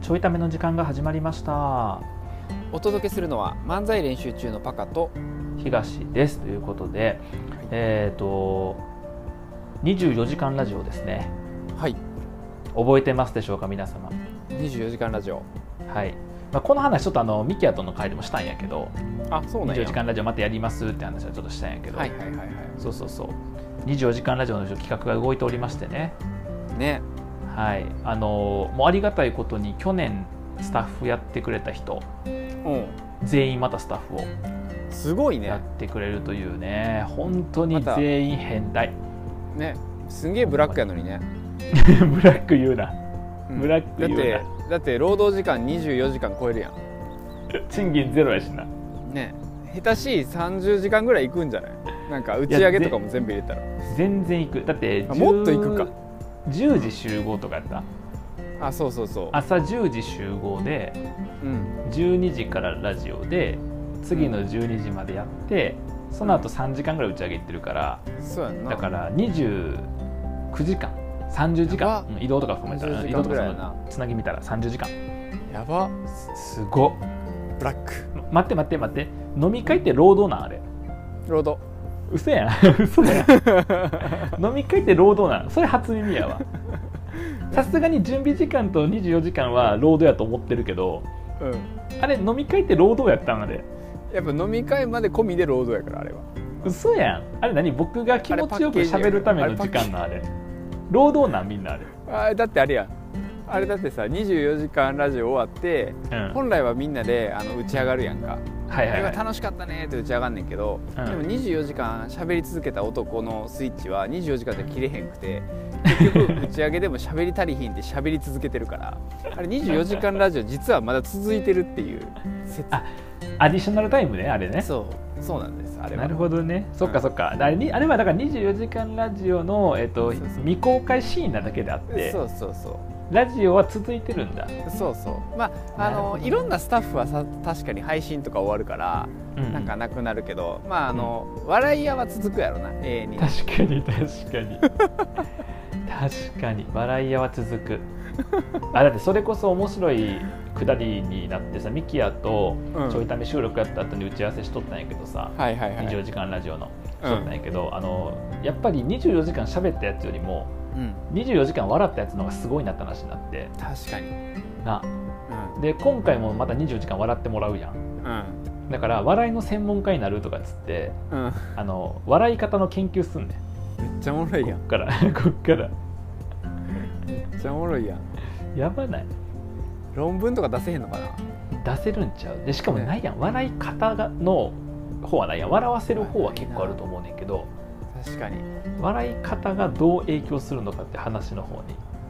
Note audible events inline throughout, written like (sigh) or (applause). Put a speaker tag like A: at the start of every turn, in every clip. A: ちょいための時間が始まりました
B: お届けするのは漫才練習中のパカと
A: 東ですということで、えっ、と24時間ラジオですね
B: はい
A: 覚えてますでしょうか皆様
B: 24時間ラジオ
A: はい、まあ、この話ちょっとあのミキアとの会でもしたんやけど
B: あそうなんや
A: 24時間ラジオまたやりますって話はちょっとしたんやけど、
B: はいはいはいは
A: そうそうそう24時間ラジオの企画が動いておりましてね
B: いね
A: はいあのもうありがたいことに去年スタッフやってくれた人
B: うん
A: 全員またスタッフを
B: すごい
A: や
B: ね
A: ってくれるというね本当に全員変態
B: ねすんげえブラックやのにね、
A: (laughs) ブラック言うな
B: うん
A: ブラック
B: だ
A: 言う
B: っ
A: な
B: てだって労働時間24時間超えるやん
A: 賃金ゼロやしな
B: ね下手しい30時間ぐらいいくんじゃないなんか打ち上げとかも全部入れたら
A: 全然行くだって
B: あ
A: 10
B: もっと行くか
A: 10時集合とかやった
B: あそうそうそう
A: 朝10時集合で
B: うん
A: 12時からラジオで次の12時までやってその後3時間ぐらい打ち上げ行ってるから
B: そうやんな
A: だから29時間30時
B: やば
A: 間うん移動とか含めたら
B: 30
A: うん
B: 時
A: 移
B: 間
A: 動と
B: ぐ
A: からそ
B: いやな
A: のつなぎ見たら30時間
B: やば
A: すごっ
B: ブラック
A: 待って待って待って飲み会って労働なんあれ
B: 労働
A: 嘘やん (laughs) 嘘やん飲み会って労働なのそれ初耳やわさすがに準備時間と24時間は労働やと思ってるけど
B: うん
A: あれ飲み会って労働やったんあれ
B: やっぱ飲み会まで込みで労働やからあれは
A: 嘘やんあれ何僕が気持ちよく喋るための時間なあれ労働なんみんなあれ
B: あれだってあれやんあれだってさ24時間ラジオ終わって、
A: うん
B: 本来はみんなであの打ち上がるやんか、
A: はいはい、
B: 今
A: はい、
B: 楽しかったねって打ち上がんねんけど、
A: うん
B: でも24時間喋り続けた男のスイッチは24時間で切れへんくて結局打ち上げでも喋り足りひんって喋り続けてるからあれ24時間ラジオ実はまだ続いてるっていう説
A: あアディショナルタイムねあれね
B: そうそうなんですあれは
A: なるほどねそっかそっか、あれにあれはだから24時間ラジオの、えっと
B: そうそう
A: 未公開シーンなだけであって
B: そうそうそう
A: ラジオは続いてるんだ、
B: そうそうまああ
A: なるほ
B: の
A: ど
B: いろんなスタッフはさ確かに配信とか終わるから
A: うん
B: なんかなくなるけど、まああの、笑い屋は続くやろな永遠に
A: 確かに確かに確かに笑い屋は続くあだってそれこそ面白いくだりになってさミキヤと
B: うん
A: ちょいため収録やった後に打ち合わせしとったんやけどさ、
B: はいはいはい、
A: 24時間ラジオのし
B: う
A: とったん
B: ん
A: やけど、あのやっぱり24時間喋ったやつよりも
B: うん、
A: 24時間笑ったやつの方がすごいなった話になって
B: 確かに、うん
A: なで今回もまた24時間笑ってもらうやん
B: うん
A: だから笑いの専門家になるとかっつって
B: うん、
A: あの笑い方の研究すんねん
B: めっちゃおもろいやん
A: こっから (laughs) こっから
B: めっちゃおもろいやん
A: やばない
B: 論文とか出せへんのかな
A: 出せるんちゃうでしかも
B: ね
A: ないやん笑い方がの方はないやん笑わせる方は結構あると思うねんけど
B: 確かに
A: 笑い方がどう影響するのかって話の方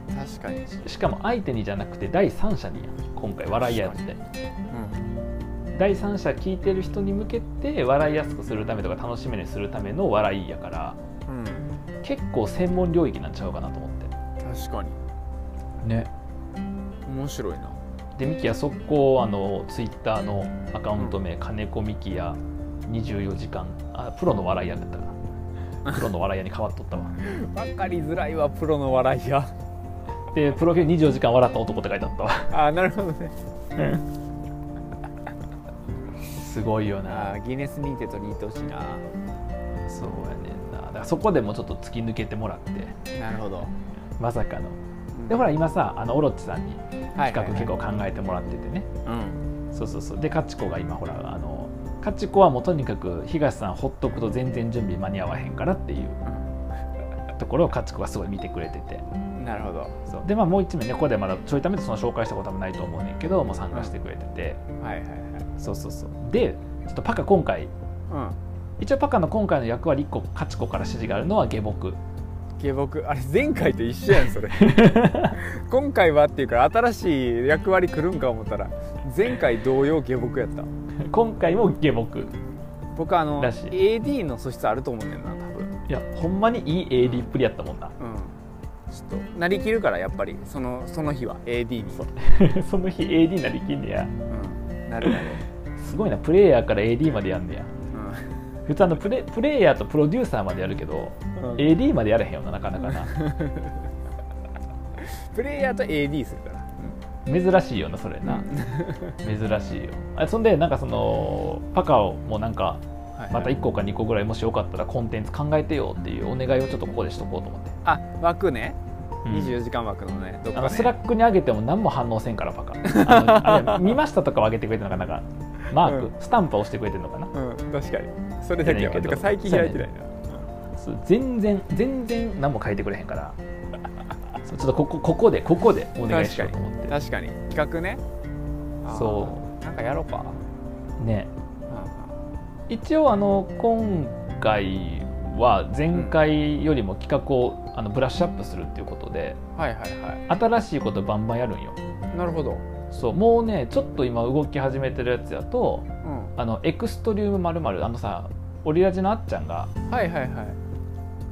A: に
B: 確かに、うん、
A: ししかも相手にじゃなくて第三者にやん今回笑いやって第三者聞いてる人に向けて笑いやすくするためとか楽しみにするための笑いやから
B: うん、
A: 結構専門領域なんちゃうかなと思って
B: 確かに
A: ね
B: 面白いな
A: でミキヤ速攻あのツイッターのアカウント名、金子ミキヤ24時間あプロの笑い屋だったから (laughs) プロの笑い屋に変わっとったわ
B: 分かりづらいわプロの笑い屋
A: でプロフィール24時間笑った男って書いてあったわ
B: (laughs) あなるほどね
A: (laughs) すごいよ
B: あ
A: な
B: ーギネス認定とに行ってほしいな
A: そうやねんなだからそこでもちょっと突き抜けてもらって
B: なるほど
A: まさかのでほら今さあのオロチさんに企画結
B: 構
A: 構考えてもらっててね、
B: うん
A: そうそうそうでカチコが今ほらあのカチコはもうとにかく東さんほっとくと全然準備間に合わへんからっていうところをカチコがすごい見てくれてて
B: なるほど
A: そうでまあもう一名ねここでまだちょいためてその紹介したこともないと思うねんけどもう参加してくれてて、
B: はいはいはい
A: そうそうそうでちょっとパカ今回
B: うん
A: 一応パカの今回の役割1個カチコから指示があるのは下僕 (laughs)
B: 下僕あれ前回と一緒やんそれ今回はっていうから新しい役割来るんか思ったら前回同様下僕やった
A: 今回も下僕い
B: 僕あの
A: らしい
B: AD の素質あると思うねんな多分
A: やほんまにいい AD っぷりやったもんな (laughs)
B: うんちょっとなりきるからやっぱりそのその日は AD にう、
A: その日 AD なりきんねや
B: ん、なるなる、
A: すごいなプレイヤーから AD までやんねや普通あのプレプレイヤーとプロデューサーまでやるけど、
B: うん
A: AD までやれへんよななかなかな
B: プレイヤーと AD するから、
A: 珍しいよなそれな珍しいよあそんでなんかそのパカオもなんかまた1個か2個ぐらいもしよかったらコンテンツ考えてよっていうお願いをちょっとここでしとこうと思って、
B: あ枠ね
A: うん
B: 24時間枠のね、どっ
A: あ
B: か
A: の
B: ね
A: スラックに上げても何も反応せんからパカあのあれ見ましたとかは上げてくれてるのかなんかマーク、
B: うん
A: スタンプを押してくれてるのかな
B: うん確かにそれだけは
A: じゃないけ
B: て
A: ど
B: か最近開いてないな
A: そう全然全然何も書いてくれへんからそうちょっとここここでここでお願いしようと思って
B: 確かに企画ねあー
A: そ
B: なんかやろうか
A: ね一応あの今回は前回よりも企画をあのブラッシュアップするっていうことで
B: はいはいは
A: 新しいことバンバンやるんよ
B: いなるほど
A: そうもうねちょっと今動き始めてるやつやと
B: うん
A: あのエクストリウムまるまるあのさオリラジのあっちゃんが
B: はいはいは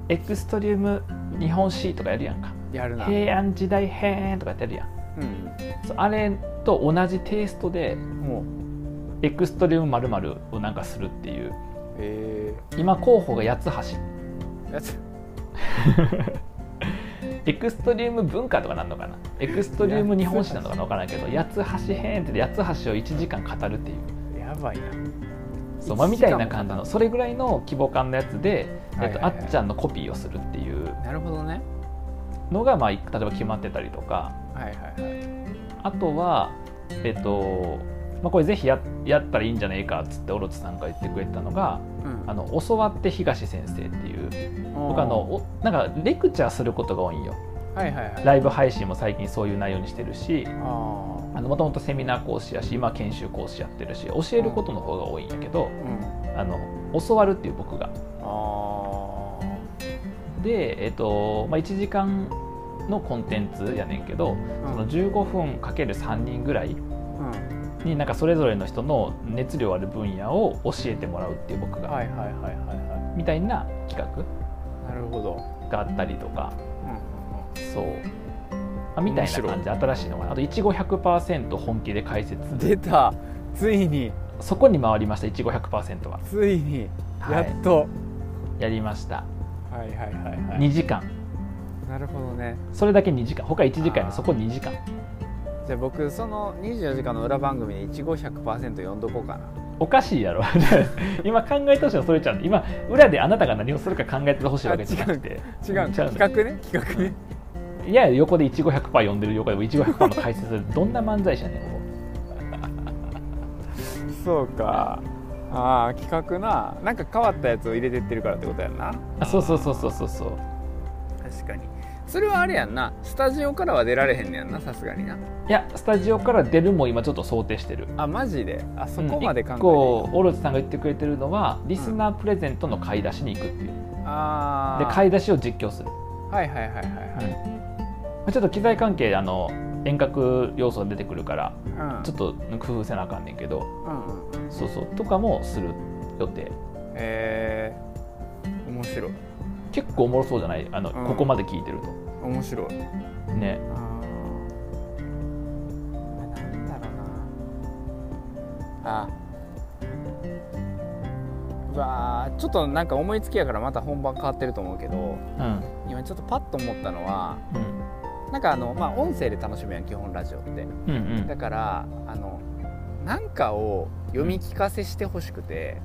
A: エクストリウム日本史とかやるやんか
B: いやるな
A: 平安時代編とかやってるやんそうあれと同じテイストで
B: うんもう
A: エクストリウムまるまるをなんかするっていう
B: え
A: 今候補が八つ橋
B: ー、やつ
A: エクストリーム文化とかなんのかなエクストリーム日本史なのかな分からないけど八つ橋編って言って八つ橋を1時間語るっていう
B: やばいな
A: そう、まあ、みたいな感じのそれぐらいの規模感のやつで、えっと、あっち
B: ゃ
A: ゃんのコピーをするっていうん
B: なるほどね
A: のが、まあ、例えば決まってたりとか
B: はいはいはい
A: あとはえっとまあ、これぜひややったらいいんじゃないかっつってオロチさんが言ってくれたのが「あの教わって東先生」っていう僕あのおなんかレクチャーすることが多いんよ
B: はいはいはい
A: ライブ配信も最近そういう内容にしてるし
B: あ
A: もともとセミナー講師やし今研修講師やってるし教えることの方が多いんやけど
B: ー、うん、
A: あの教わるっていう僕が。
B: あ
A: で、えっとまあ、1時間のコンテンツやねんけど
B: ー
A: その15分かける3人ぐらい
B: うんうん
A: になんかそれぞれの人の熱量ある分野を教えてもらうっていう僕が、
B: はいはいはいはいは
A: みたいな企
B: いなるほど、
A: 画があったりとか
B: う
A: そう。あみたいな感じ新しいのがあといちご100%本気で解説
B: んうん、出たついに
A: そこに回りましたいちご100%は、
B: ついに
A: は
B: や
A: い
B: っと、
A: やりました
B: はい、はいはいはい
A: 2時間
B: なるほどね
A: それだけ2時間他1時間や
B: あ
A: ね
B: ー
A: そこ2時間
B: じゃあ僕その24時間の裏番組で15100%読んどこうかな
A: おかしいやろ (laughs) 今考えてほしいのはそれちゃうんで今裏であなたが何をするか考えてほしいわけじゃなくて
B: 違う
A: 違う
B: (laughs) 企画ね企画ね
A: いや横で1500%読んでる横でも1500%の解説
B: (laughs)
A: どんな漫才師やねんこ
B: そうかああ企画ななんか変わったやつを入れてってるからってことやんな
A: こあそうそうそうそうそうそう
B: 確かにそれはあれやんなスタジオからは出られへんねやんなさすがにない
A: やスタジオから出るも今ちょっと想定してる
B: あマジであそこまで考え
A: うん一
B: て
A: 個オロチさんが言ってくれてるのはリスナープレゼントの買い出しに行くっていう
B: あ
A: で
B: あ
A: 買い出しを実況する
B: はいはいはいはいはい、
A: ちょっと機材関係あの遠隔要素が出てくるから
B: うん、
A: ちょっと工夫せなあかんねんけど
B: うんうんうん
A: そうそうとかもする予定
B: えー、面白い
A: 結構おもろそうじゃないあの、
B: うん
A: ここまで聞いてる
B: 面白い
A: とね
B: あーなんだろうなあうわーちょっとなんか思いつきやからまた本番変わってると思うけど
A: うん
B: 今ちょっとパッと思ったのは
A: うん
B: なんかあのまあ音声で楽しむやん基本ラジオって
A: うん
B: だからあのなんかを読み聞かせしてほしくて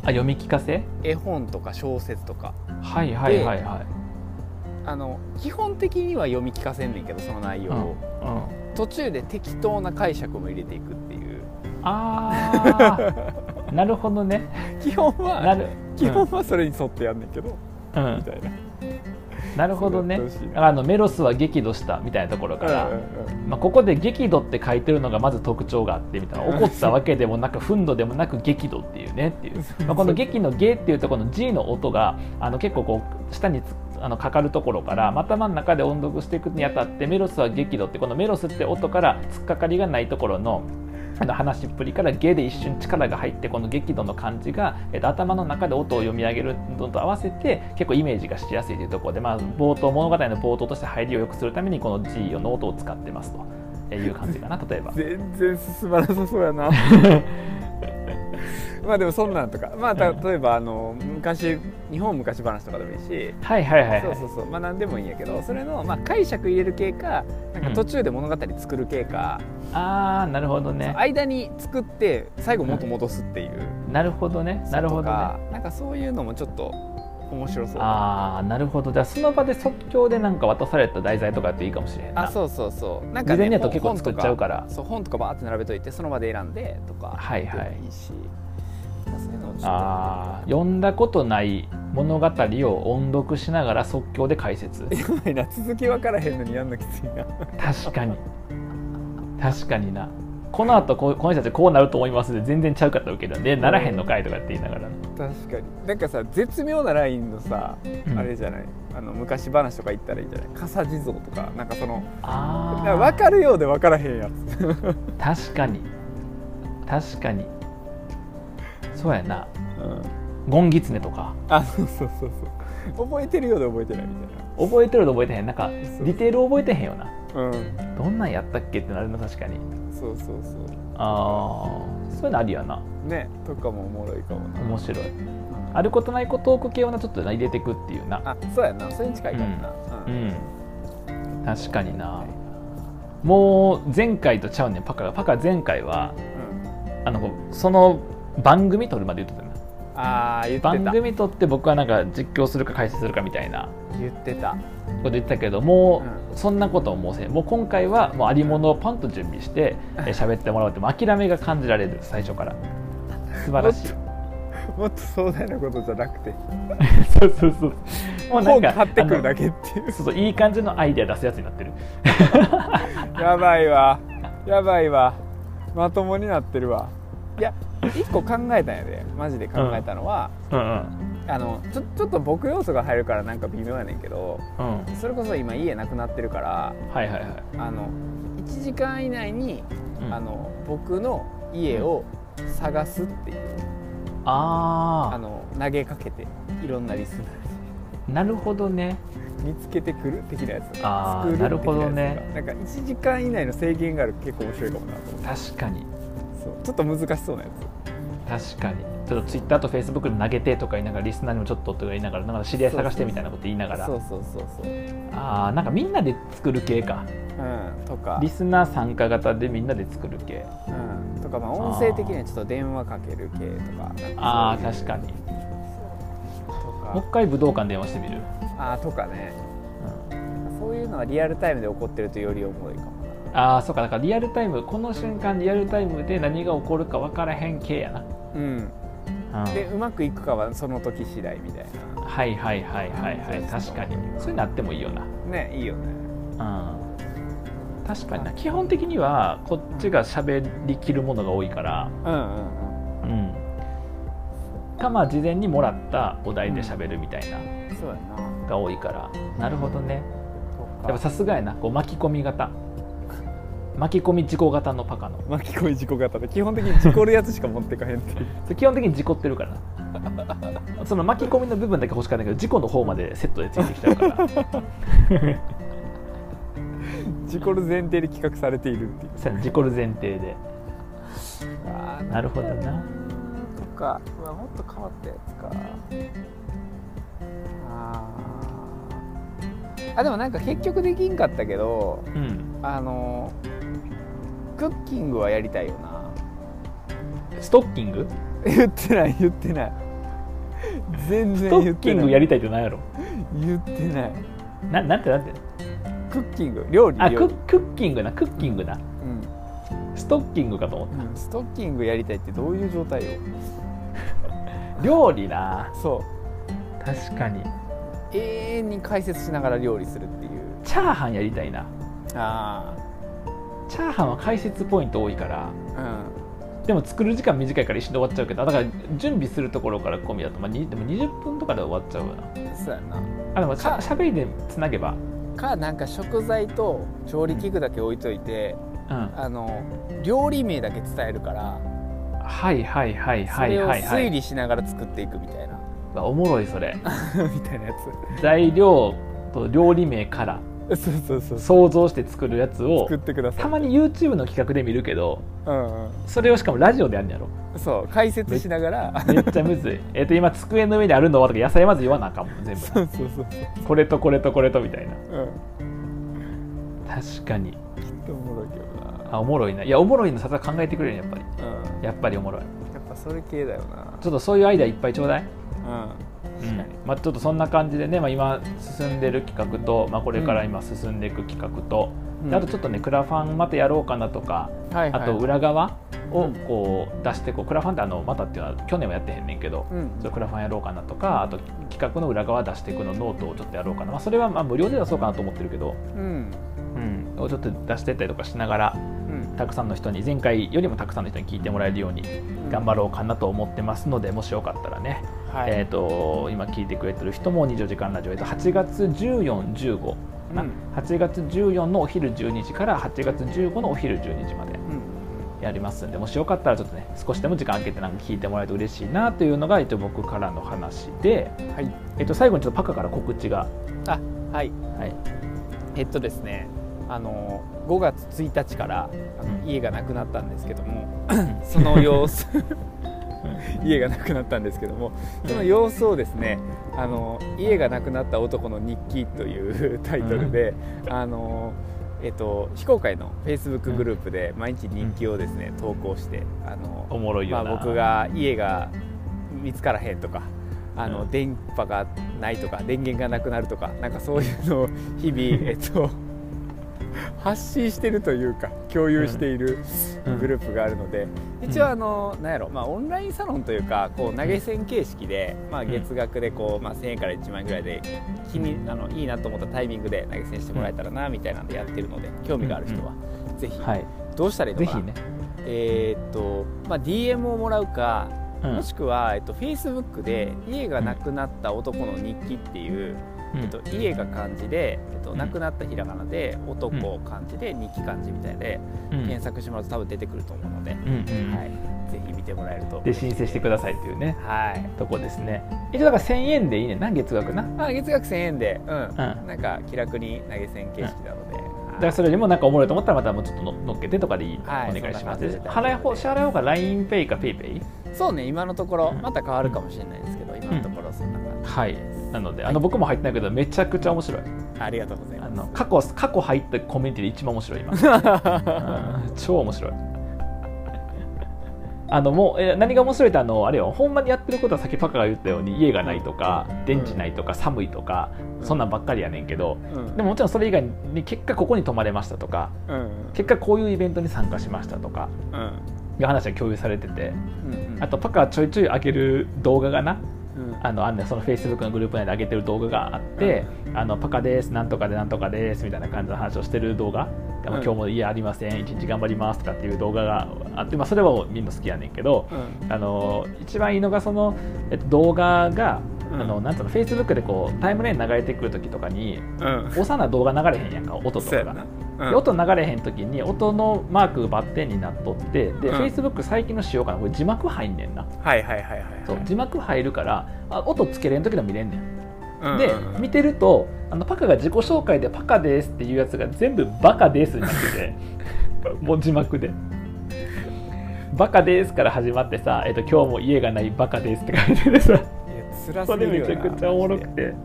A: あ読み聞かせ
B: 絵本とか小説とか
A: はいはいはいはい
B: あの基本的には読み聞かせんねんけどその内容
A: う
B: を
A: ん、うん
B: 途中で適当な解釈も入れていくっていう
A: あー (laughs) なるほどね
B: 基本
A: な
B: は
A: る
B: 基本はそれに沿ってやんねんけど、
A: うん、うん
B: みたいななる
A: なるほどねあのメロスは激怒したみたいなところから、まあ、ここで激怒って書いてるのがまず特徴があってみたいな怒ったわけでもなく憤怒でもなく激怒っていうねっていう、まあ、この激の「ゲ」っていうところの G の音があの結構こう下につあのかかるところから頭の中で音読していくにあたってメロスは激怒ってこのメロスって音から突っかかりがないところの。あの話っぷりから「ゲ」で一瞬力が入ってこの激怒の感じが、えっと、頭の中で音を読み上げるのと合わせて結構イメージがしやすいというところで、まあ、冒頭物語の冒頭として入りを良くするためにこの G の音を使ってますと
B: (laughs)
A: えーいう感じかな例えば (laughs)
B: 全然進まなさそうやなまあでもそんなんとかまあた例えばあの昔日本昔話とかでもいいし
A: はいはいはい
B: そ
A: は
B: う
A: い
B: そうそうまあ何でもいいんやけどそれのまあ解釈入れる系かなんか途中で物語作る系か、
A: ああなるほどね
B: 間に作って最後元戻すっていう
A: なるほどねなるほど
B: と
A: ね
B: かなんかそういうのもちょっと面白そう
A: ああなるほどじゃあその場で即興でなんか渡された題材とかやっていいかもしれへんな
B: あそうそうそうなん
A: 事
B: か、
A: 前
B: ね、
A: にやと結構
B: 本
A: 作
B: と
A: っちゃう
B: か
A: から
B: そう本とかバーって並べといてその場で選んでとか
A: はいはい
B: でもいいしなんかそういうのもちょっと
A: ああ読んだことない物語を音読しながら即興で解説
B: やばいな続き分からへんのにやんのきついな
A: 確かに確かになこの後こうこの人たちこうなると思いますで全然ちゃうかったわけだでならへんのかいとかって言いながら、
B: 確かになんかさ絶妙なラインのさ、
A: うん
B: あれじゃないあの昔話とか言ったらいいんじゃない笠地蔵とかなんかその
A: あ
B: なん
A: あ
B: か分かるようで分からへんやつ
A: 確かに確かにそうやなゴンギツネとか
B: (laughs) あそうそうそうそう覚えてるようで覚えてないみ
A: 覚えてると覚えてへんなんかデ
B: そう
A: ィテール覚えてへんよな
B: たいなうん
A: どんなんやったっけってなるの確かに
B: そうそうそう
A: ああそういうのありやな
B: ねとかもおもろいかもな
A: 面白いあることないことトーク系をなちょっとな入れてくっていうな
B: あそうやなそれに近いかもな、
A: う
B: うん
A: ん確かになもう前回とちゃうねんパカがパカ前回は
B: うん
A: あのこうその番組撮るまで言ってたな
B: ああ言って
A: 番
B: た
A: 組撮って僕はなんか実況するか解説するかみたいな
B: 言ってた
A: こと言ってたけどもう、
B: う
A: そんなことはもうせんもう今回はもうありものをパンと準備 (laughs) してえー喋ってもらうってもう諦めが感じられる最初から素晴らしい
B: もっと壮大なことじゃなくて
A: そうそうそうもうな
B: 本
A: んか
B: 買ってくるだ
A: け
B: けっていう
A: そうそういい感じのアイデア出すやつにな
B: (laughs)
A: ってる
B: やばいわやばいわまともになってるわいや一個考えたんやでマジで考えたのは、
A: うんうん
B: あのちょちょっと僕要素が入るからなんか微妙やねんけど
A: うん
B: それこそ今家なくなってるから
A: はいはいはい、
B: あの1時間以内に、
A: うん
B: あの僕の家を探すっていうあ
A: あ
B: の投げかけていろんなリスナー
A: あなるほどね
B: に見つけてくる的なやつ
A: あー
B: 作る的
A: なるほどね
B: やつとかなんか1時間以内の制限がある結構面白いかもなと思って
A: 確かに
B: そうちょっと難しそうなやつ
A: 確かにちょっとツイッターとフェイスブックで投げてとか言いながらリスナーにもちょっととか言いながらなんか知り合い探してみたいなこと言いながら
B: そうそうそうそう、
A: ああなんかみんなで作る系か
B: うん、とか
A: リ、スナー参加型でみんなで作る系
B: うん、とかまあ音声的にはちょっと電話かける系とか
A: ああ
B: なん
A: 確かにもう
B: か
A: 一回武道館電話してみる、
B: そういうとかあーとかね
A: うん
B: そういうのがリアルタイムで起こってるとよりおもろいかもな
A: ああそうかだからリアルタイムこの瞬間リアルタイムで何が起こるか分からへん系や
B: うん、
A: な、うん
B: でうまくいくかはその時次第みたい
A: はいはいはいはいはい確かにそういうのあってもいいよ
B: なねいいよね
A: な、うん、確かにな基本的にはこっちが喋りきるものが多いから
B: うんうん
A: うんかまあ事前にもらったお題で喋るみたいな
B: うんそうやな
A: が多いからなるほどね
B: と
A: やっぱ
B: か
A: さすがやなこう巻き込み型巻き込み事故型のパカの
B: 巻き込み事故型で基本的に事故るやつしか持ってかへんっていう
A: それ基本的に事故ってるから (laughs) なその巻き込みの部分だけ欲しかったけど事故の方までセットでついてきちゃうから (laughs)
B: 事故る前提で企画されているっていう
A: そうやな事故る前提で
B: あ
A: なるほどな
B: とかうわもっと変わったやつかあーあでもなんか結局できんかったけど
A: うん
B: あのクッキングはやりたいよな (laughs)
A: ストッキング
B: 言ってない言ってない全
A: ス
B: 然
A: ト
B: 言っ
A: ッ
B: て
A: キン
B: ない
A: グやりたいってなんやろ
B: 言ってない
A: ななんてなんて
B: クッキング料理
A: あ
B: 料
A: ク
B: 理
A: クッキングなクッキングな
B: うん
A: ストッキングかと思っ
B: うんストッキングやりたいってどういう状態よ
A: た料理な
B: そう
A: 確かに
B: 永遠に解説しながら料理するっていう
A: チャーハンやりたいな
B: あ
A: チャーハンは解説ポイント多いから
B: あ
A: でも作る時間短いから一瞬で終わっちゃうけどあだから準備するところから込みだと、まあ、にでも20分とかで終わっちゃうよな
B: うんそうやな
A: あでもしゃしゃべりでつなげば
B: かなんか食材と調理器具だけ置いといて、
A: うん
B: あの料理名だけ伝えるから
A: はいはいはい
B: そ
A: はい
B: れを
A: はいは
B: 推
A: い
B: 理しながら作っていくみたい
A: (laughs)
B: な、
A: わおもろいそれ
B: みたいなやつ
A: 材料と料理名から
B: そうそうそう
A: 想像して作るやつを
B: 作ってください
A: たまに YouTube の企画で見るけど
B: うん、うん、
A: それをしかもラジオでやるんやろ
B: そう解説しな
A: (laughs)
B: がら
A: めっちゃむずいえっと今机の上にあるのはとか野菜まず言わなあかんもん
B: (laughs)
A: 全
B: そうそうそう
A: 部これとこれとこれとみたいな
B: そう、うん、
A: 確かに
B: きっとおもろいけど
A: あおもろいないやおもろいのさすが考えてくれるねやっぱり
B: な、うん、
A: やっぱりおもろい
B: やっぱそれ系だよな
A: ちょっとそういうアイデアいっぱいちょうだい
B: うん
A: うんまあ、ちょっとそんな感じでね、まあ、今進んでる企画と、まあ、これから今進んでいく企画と、
B: うん
A: であとちょっとねクラファンまたやろうかなとか、
B: はいはい
A: あと裏側
B: う
A: を
B: ん
A: こう出してこうクラファンってあのまたっていうのは去年はやってへんねんけど、
B: うん
A: ちょっとクラファンやろうかなとかあと企画の裏側出していくのノートをちょっとやろうかな、まあ、それはまあ無料で出そうかなと思ってるけど、
B: うん
A: うん、をちょっと出してったりとかしながら
B: うん
A: たくさんの人に前回よりもたくさんの人に聞いてもらえるように頑張ろうかなと思ってますのでもしよかったらね
B: はい、
A: えー、と今聞いてくれてる人も24時間ラジオ、えー、と8月14、15、
B: うん
A: な8月14のお昼12時から8月15のお昼12時まで
B: うん
A: やりますんでもしよかったらちょっとね少しでも時間空けてなんか聞いてもらえると嬉しいなというのが、えー、と僕からの話で、
B: はい
A: えー、と最後にちょっとパカから告知が、
B: あはい
A: はい、
B: えっとですねあの5月1日からあの
A: うん
B: 家がなくなったんですけど
A: (laughs)
B: もその様子 (laughs) 家がなくなったんですけどもその様子をですね「あの家がなくなった男の日記」というタイトルで、あのえっと、非公開のフェイスブックグループで毎日日記をですね投稿してあの
A: おもろいよ
B: まあ、
A: な、
B: 僕が家が見つからへんとかあの、
A: うん
B: 電波がないとか電源がなくなるとかなんかそういうのを日
A: (laughs)
B: 々えっと発信してるというか共有している
A: うん
B: グループがあるので、
A: ん
B: 一応あの、なんやろ、まあ、オンラインサロンというかこう投げ銭形式で、まあ、
A: うん
B: 月額でこう、まあ、1000円から1万円ぐらいで気にあのいいなと思ったタイミングで投げ銭してもらえたらなみたいなんでやってるので興味がある人は、ぜひ、
A: はい、
B: どうしたらいいの
A: ぜ
B: かな
A: ひね、
B: えーっとまあ、DM をもらうか、
A: うん
B: もしくは、えっと、Facebook で「家がなくなった男の日記」っていう、えっと、家が漢字で、えっと、
A: うん
B: なくなったひらがなで男を漢字で日記漢字みたいで、
A: うん
B: 検索してもらうと多分出てくると思うので、
A: うんうんうん
B: はい、ぜひ見てもらえると
A: で申請してくださいっていうね
B: はい
A: とこですね一応だから1000円でいいねんな月額な
B: まあ、月額1000円で、うん
A: ん
B: なんか気楽に投げ銭形式なので、
A: だからそれよりもなんかおもろいと思ったらまたもうちょっとの乗っけてとかでいい、
B: はい
A: お願いします
B: そんな感じで
A: 払い方支払い方が LINEPay か PayPay
B: そうね今のところ
A: うん
B: また変わるかもしれないですけど今のところそんな感じ、
A: はいなのであの僕も入ってないけどめちゃくちゃ面白い
B: ありがとうござい
A: あ
B: ます
A: の過去過去入ったコミュニティで一番面白い今
B: (laughs)
A: うん超面白いあのもうえ何が面白いってあのあれよほんまにやってることはさっきパカが言ったように家がないとか電池ないとか寒いとか
B: うん
A: そんなんばっかりやねんけど
B: うん
A: でももちろんそれ以外に結果ここに泊まれましたとか
B: うん
A: 結果こういうイベントに参加しましたとか
B: うん
A: いう話が共有されてて
B: うんうん
A: あとパカはちょいちょい上げる動画がな
B: うん
A: あのあんねんそのフェイスブックのグループ内で上げてる動画があって「あのパカですなんとかでなんとかです」みたいな感じの話をしてる動画「でも
B: うん
A: 今日も家ありません一日頑張ります」とかっていう動画があって、まあ、それはもうみんな好きやねんけど
B: うん
A: あの一番いいのがその、えっと、動画が。
B: うん
A: あのなんつうのフェイスブックでこうタイムライン流れてくる時とかに
B: うん
A: 幼な動画流れへんやんか音と
B: そう
A: か
B: や
A: が
B: な、
A: で音流れへん時に音のマークバッテンになっとってで、
B: うん
A: Facebook 最近の仕様かなこれ字幕入んねんな
B: はいはいはいはい
A: そう字幕入るからあ音つけれん時でも見れんねん
B: うん
A: で
B: うん
A: 見てるとあのパカが自己紹介で「パカです」っていうやつが全部「バカです」になってて
B: (laughs)
A: もう字幕で「バカです」から始まってさ「えっと、今日も家がないバカです」って書いてて
B: (laughs)
A: さ
B: いや辛
A: そ
B: すぎ
A: れ
B: る
A: め
B: よ
A: ち
B: な
A: ゃくちゃおもろくて
B: ほんまに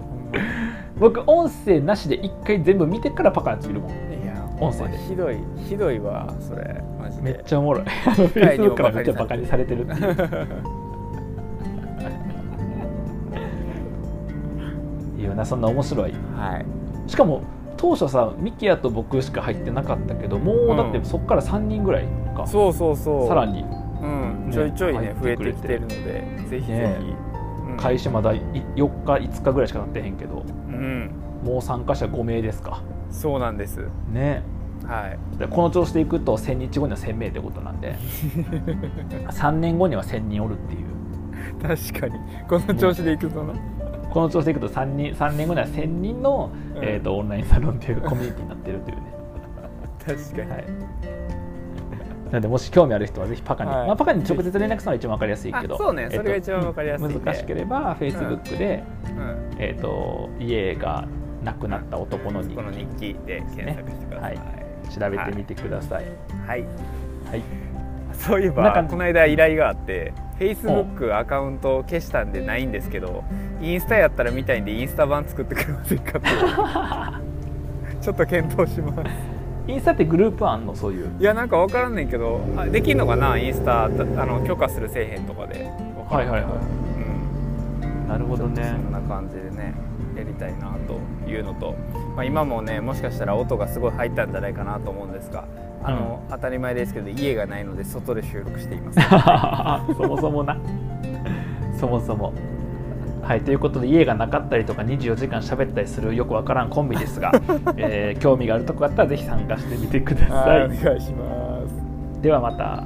A: 僕音声なしで一回全部見てからパカのやつ見るもん
B: いや
A: 音声で
B: ほんまひどいひどいわそれマジで
A: めっちゃおもろいあの (laughs) Facebook からめっちゃバカにされてるっていういいよなそんな面白い
B: はい
A: しかも当初さミキヤと僕しか入ってなかったけどもうだっ
B: う
A: て
B: ん
A: そっから3人ぐらいか、
B: そうそうそう
A: さら、に
B: うん、
A: ね
B: ちょいちょいね増
A: 入
B: え
A: ってく
B: て
A: れ
B: き
A: て
B: てるのでぜひぜ
A: ね
B: ひ、うん
A: 開始まだい4日5日ぐらいしかなってへんけど
B: うん
A: もう参加者5名ですか
B: そうなんです
A: ね
B: はい
A: でこの調子でいくと1000日後には1000名ってことなん
B: (laughs)
A: で3年後には1000人おるっていう
B: 確かにこの調子でいくとな、
A: この調子でいくと3人三年後には1000人の、
B: うん
A: えー、とオンラインサロンっていうコミュニティになってるというね
B: 確かに、
A: はい。なのでもし興味ある人はぜひパカに、
B: はい
A: まあパカに直接連絡するのが一番わかりやすいけど、
B: あそうね
A: えっと
B: それが一番わかりやすいんで
A: 難しければ Facebook で、
B: うん
A: えっと家が亡くなった男の日記
B: この日記で検索してください、
A: 調べてみてください、
B: はい、
A: はい、
B: そういえ
A: なん
B: ば
A: か
B: この間依頼があって Facebook アカウントを消したんでないんですけどインスタやったらみたいんでインスタ版作ってくれませんかって (laughs) ちょっと検討します
A: インスタってグループあんのそういう
B: いやなんか分からんねんけどあできんのかなインスタあの許可するせえへんとかでわからんけど
A: はいはいは
B: うん
A: なるほど
B: そ
A: ね
B: んな感じでねやりたいなというのと、まあ、今もねもしかしたら音がすごい入ったんじゃないかなと思うんですがあの、当たり前ですけど家がないので外で収録しています (laughs)
A: (laughs) そもそもなそもそもはいということで家がなかったりとか24時間喋ったりするよくわからんコンビです
B: (laughs)
A: が、えー興味があるとこあったらぜひ参加してみてくださ
B: はい
A: い
B: 願いします
A: ではまた